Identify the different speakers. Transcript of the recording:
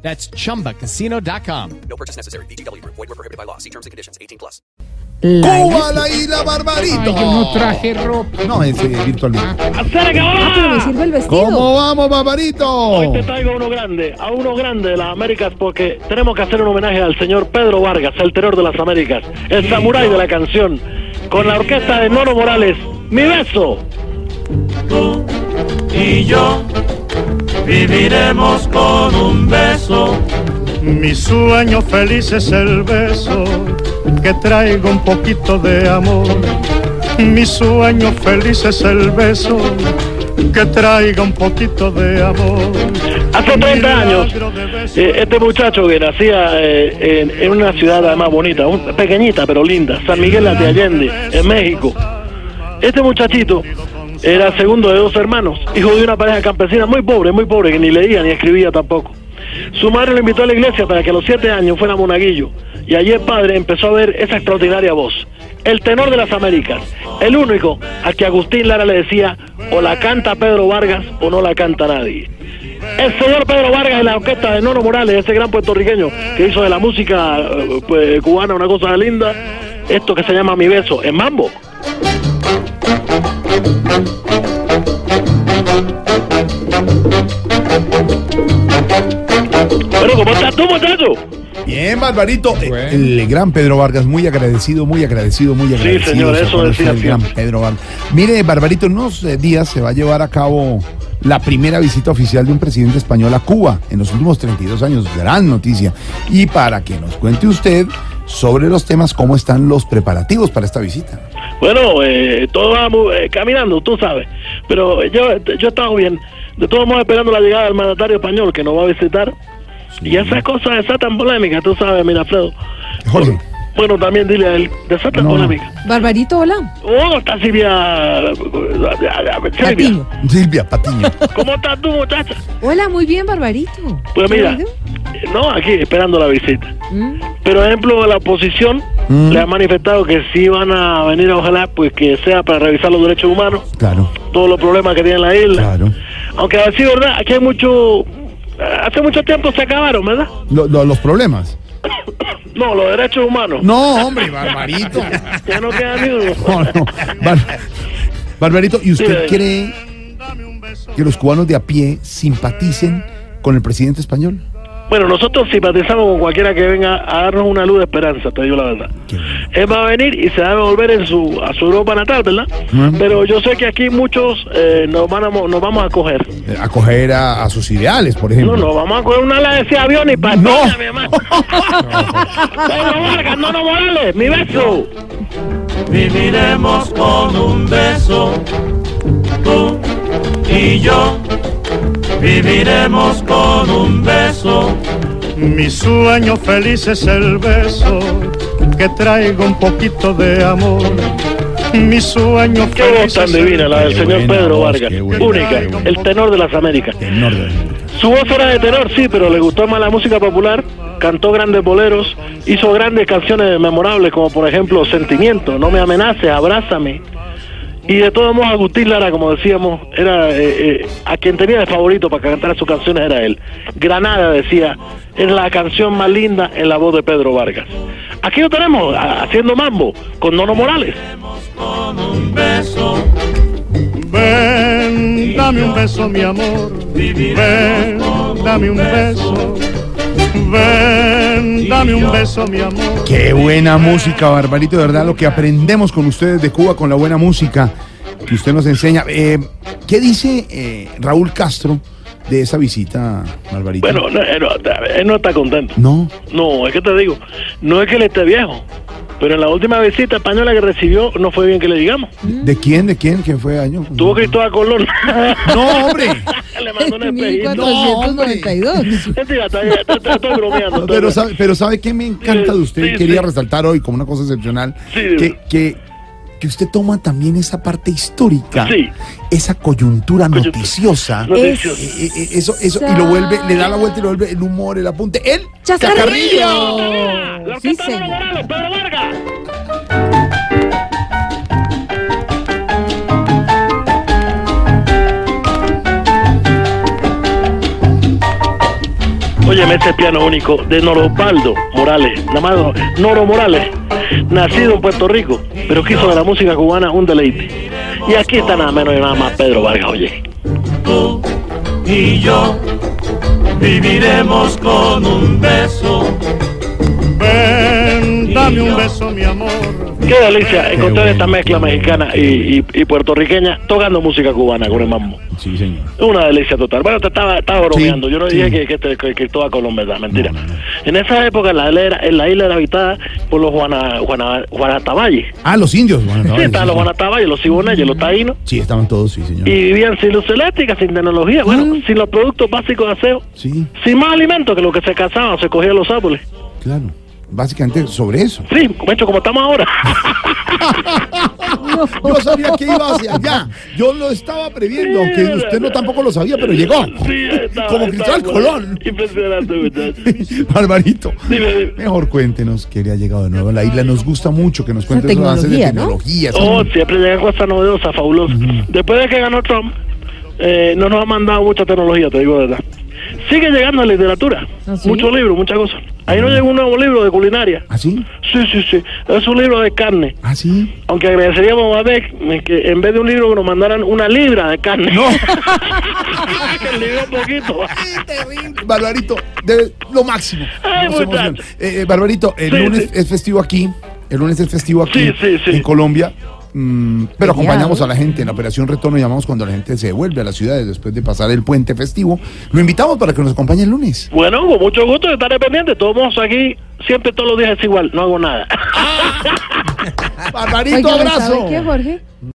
Speaker 1: That's chumbacasino.com.
Speaker 2: No purchase necessary. VGW Group. Void were prohibited by law. See terms and conditions. 18 plus.
Speaker 3: La-
Speaker 4: ¡Cuba la isla
Speaker 3: Ay, yo no
Speaker 4: Barbarito!
Speaker 3: traje ropa.
Speaker 4: No, en serio, virtualmente.
Speaker 5: Ah, pero me sirve el vestido.
Speaker 4: ¿Cómo vamos,
Speaker 6: Hoy te
Speaker 4: Barbarito?
Speaker 6: traigo a uno grande, a uno grande de las Américas, porque tenemos que hacer un homenaje al señor Pedro Vargas, el terror de las Américas, el samurái de la canción, con la orquesta de Nono Morales. ¡Mi beso!
Speaker 7: y yo viviremos con un beso. Mi sueño feliz es el beso que traiga un poquito de amor. Mi sueño feliz es el beso que traiga un poquito de amor.
Speaker 6: Hace 30 años,
Speaker 7: Milagro de beso
Speaker 6: este eh, este muchacho que nacía eh, en, en una ciudad además bonita, un- pequeñita pero linda, San Miguel de Allende, en México. Este muchachito era segundo de dos hermanos, hijo de una pareja campesina muy pobre, muy pobre, que ni leía ni escribía tampoco. Su madre lo invitó a la iglesia para que a los siete años fuera monaguillo. Y allí el padre empezó a ver esa extraordinaria voz. El tenor de las Américas. El único a que Agustín Lara le decía, o la canta Pedro Vargas o no la canta nadie. El señor Pedro Vargas de la orquesta de Nono Morales, ese gran puertorriqueño que hizo de la música eh, pues, cubana una cosa linda, esto que se llama Mi Beso, en mambo. Bueno, ¿cómo estás tú, muchacho?
Speaker 4: Bien, Barbarito. Eh, El gran Pedro Vargas, muy agradecido, muy agradecido, muy agradecido.
Speaker 6: señor,
Speaker 4: Se
Speaker 6: eso
Speaker 4: conoce
Speaker 6: decía
Speaker 4: El gran
Speaker 6: siempre.
Speaker 4: Pedro Vargas. Mire, Barbarito, en unos eh, días se va a llevar a cabo la primera visita oficial de un presidente español a Cuba en los últimos 32 años. Gran noticia. Y para que nos cuente usted sobre los temas, cómo están los preparativos para esta visita.
Speaker 6: Bueno, eh, todo va mu- eh, caminando, tú sabes. Pero yo, yo he estado bien. De todos modos, esperando la llegada del mandatario español que nos va a visitar. Y esas cosas desatan polémica, tú sabes, mira, Alfredo.
Speaker 4: Jorge.
Speaker 6: Bueno, también dile a él, desatan
Speaker 4: No, no.
Speaker 6: polémica.
Speaker 5: Barbarito, hola.
Speaker 6: Oh, está Silvia. Silvia,
Speaker 5: Patiño.
Speaker 4: Silvia Patiño.
Speaker 6: ¿cómo estás tú, muchacha?
Speaker 5: Hola, muy bien, Barbarito.
Speaker 6: Pues
Speaker 5: ¿Qué
Speaker 6: mira,
Speaker 5: oído?
Speaker 6: no, aquí esperando la visita.
Speaker 5: Mm.
Speaker 6: Pero, ejemplo, la oposición
Speaker 4: ¿Mm?
Speaker 6: le ha manifestado que sí van a venir, ojalá, pues que sea para revisar los derechos humanos,
Speaker 4: Claro,
Speaker 6: todos los problemas que tiene la isla.
Speaker 4: claro.
Speaker 6: Aunque a decir verdad, aquí hay mucho... Hace mucho tiempo se acabaron, ¿verdad?
Speaker 4: Lo- lo- los problemas.
Speaker 6: No, los derechos humanos.
Speaker 4: No, hombre, Barbarito.
Speaker 6: Ya no queda ni uno.
Speaker 4: No, no. Bar- Barbarito, ¿y usted
Speaker 6: Dime, dime.
Speaker 4: cree que los cubanos de a pie simpaticen con el presidente español?
Speaker 6: Bueno, nosotros simpatizamos con cualquiera que venga a darnos una luz de esperanza, te digo la verdad.
Speaker 4: Qué bueno.
Speaker 6: Él va a venir y se va a volver en su, a su Europa natal, ¿verdad?
Speaker 4: Mm.
Speaker 6: Pero yo sé que aquí muchos eh, nos, van a, mo- nos vamos a coger.
Speaker 4: Eh, Acoger a, a sus ideales, por
Speaker 6: No,
Speaker 4: ejemplo.
Speaker 6: no, vamos a coger una ala de ese avión y para
Speaker 4: No.
Speaker 6: España, mi hermano. Pedro Vargas, no, no, Morales, mi beso.
Speaker 7: Viviremos con un beso. Tú y yo viviremos con un beso. Mi sueño feliz es el beso que traiga un poquito de amor. Mi sueño
Speaker 6: Qué
Speaker 7: feliz
Speaker 6: voz tan
Speaker 7: es el
Speaker 6: divina la del
Speaker 4: Qué
Speaker 6: señor
Speaker 4: buena
Speaker 6: Pedro
Speaker 4: voz,
Speaker 6: Vargas.
Speaker 4: qué buena.
Speaker 6: Única, el tenor de las Américas.
Speaker 4: Tenor de América.
Speaker 6: Su voz era de tenor, sí, pero le gustó más la música popular, cantó grandes boleros, hizo grandes canciones memorables como por ejemplo Sentimiento, No me amenaces, abrázame. Y de todos modos Agustín Lara, como decíamos, era eh, eh, a quien tenía de favorito para cantar sus canciones era él. Granada decía, es la canción más linda en la voz de Pedro Vargas. Aquí lo tenemos a- haciendo mambo con Nono Morales.
Speaker 7: con un beso. Ven, dame un beso, mi amor. Ven, dame un beso. Ven, dame un beso, mi amor.
Speaker 4: Qué buena música, Barbarito, de verdad, lo que aprendemos con ustedes de Cuba, con la buena música que usted nos enseña. Eh, ¿Qué dice eh, Raúl Castro de esa visita, Barbarito?
Speaker 6: Bueno, no, eh, no, él no está eh, contento.
Speaker 4: no.
Speaker 6: No, es que te digo, no es que él esté viejo, Pero en la última visita española que recibió, no fue bien que le digamos.
Speaker 4: ¿De quién? ¿De quién? ¿Quién fue año?
Speaker 6: Tuvo Cristóbal Colón.
Speaker 4: No, hombre.
Speaker 6: le mandó una despedida. No,
Speaker 5: 1492.
Speaker 6: mentira, está- está- está- estoy bromeando. estoy
Speaker 4: Pero
Speaker 6: bromeando.
Speaker 4: sabe, pero sabe que me encanta de usted
Speaker 6: Sí,
Speaker 4: y quería
Speaker 6: sí.
Speaker 4: resaltar hoy como una cosa excepcional
Speaker 6: Sí,
Speaker 4: que,
Speaker 6: dime.
Speaker 4: que que usted toma también esa parte histórica,
Speaker 6: Sí.
Speaker 4: esa coyuntura
Speaker 6: Coyuntura.
Speaker 4: noticiosa.
Speaker 6: No,
Speaker 4: eh, eh, eh, eso, eso, y lo vuelve, le da la vuelta y lo vuelve el humor, el apunte. ¡El
Speaker 5: Chascarrillo.
Speaker 6: La
Speaker 5: Sí,
Speaker 6: orquesta Nora
Speaker 5: señor.
Speaker 6: Morales, Pedro Vargas. Óyeme este piano único de Norosbaldo Morales, nada más Noro- Noro Morales, nacido en Puerto Rico, pero que hizo de la música cubana un deleite. Y aquí está nada menos y nada más Pedro Vargas, oye.
Speaker 7: tú y yo viviremos con un beso. Ven, dame un beso, mi amor.
Speaker 6: Qué delicia encontrar
Speaker 4: bueno,
Speaker 6: esta mezcla
Speaker 4: qué bueno,
Speaker 6: mexicana
Speaker 4: qué
Speaker 6: y, y- y puertorriqueña tocando música cubana con el mambo.
Speaker 4: Sí, señor.
Speaker 6: Una delicia total. Bueno, te estaba, estaba bromeando. Yo no
Speaker 4: sí.
Speaker 6: dije que, que, te- que- que toda Colombia ¿verdad? mentira.
Speaker 4: No, no, no.
Speaker 6: En esa época la isla era, la isla era habitada por los Juana, Juana, Juanataballes.
Speaker 4: Ah, los indios. bueno,
Speaker 6: Sí,
Speaker 4: estaban-
Speaker 6: estaban los Juanataballes, los Siboneyes, los Taínos.
Speaker 4: Sí, estaban todos, sí, señor.
Speaker 6: Y vivían sin luz eléctrica, sin tecnología, bueno,
Speaker 4: Mm.
Speaker 6: sin los productos básicos de aseo,
Speaker 4: Sí,
Speaker 6: sin más alimentos que lo que se cazaban, se cogían los árboles.
Speaker 4: claro. Básicamente sobre eso.
Speaker 6: Sí, de hecho, como estamos ahora.
Speaker 4: Yo sabía que iba hacia allá. Yo lo estaba previendo, aunque usted no tampoco lo sabía, pero llegó.
Speaker 6: Sí, estaba-
Speaker 4: Como
Speaker 6: estaba-
Speaker 4: Cristóbal Colón.
Speaker 6: Impresionante, muchachos.
Speaker 4: Barbarito,
Speaker 6: Dime, dime.
Speaker 4: mejor cuéntenos qué le ha llegado de nuevo a la isla. Nos gusta mucho que nos cuentes los avances de
Speaker 5: tecnología, ¿no?
Speaker 4: tecnología.
Speaker 6: Oh,
Speaker 4: sí.
Speaker 6: siempre llega cosas novedosas, fabulosas. Después de que ganó Trump, eh, no nos ha mandado mucha tecnología, te digo la verdad. Sigue llegando la literatura,
Speaker 5: ¿Ah, sí?
Speaker 6: muchos libros, muchas cosas. Ahí nos llegó un nuevo libro de culinaria.
Speaker 4: ¿Ah, sí?
Speaker 6: Sí, sí, sí. Es un libro de carne.
Speaker 4: ¿Ah, sí?
Speaker 6: Aunque agradeceríamos a Beck eh, que en vez de un libro que nos mandaran una libra de carne. No. que el libro es poquito.
Speaker 4: Barbarito, de lo máximo.
Speaker 6: Ay,
Speaker 4: Nos
Speaker 6: muchacho.
Speaker 4: emociona. Eh, eh, Barbarito, el
Speaker 6: Sí,
Speaker 4: lunes
Speaker 6: sí.
Speaker 4: es festivo aquí. El lunes es festivo aquí
Speaker 6: Sí, sí, sí.
Speaker 4: en Colombia. Mm, pero
Speaker 5: Feriado.
Speaker 4: acompañamos a la gente en la operación retorno. Llamamos cuando la gente se devuelve a las ciudades después de pasar el puente festivo. Lo invitamos para que nos acompañe el lunes.
Speaker 6: Bueno, con mucho gusto, estaré pendiente. Todos aquí, siempre todos los días es igual, no hago nada.
Speaker 4: Barbarito,
Speaker 5: Ah. Oiga, ¿sabe
Speaker 4: abrazo.
Speaker 5: qué, Jorge?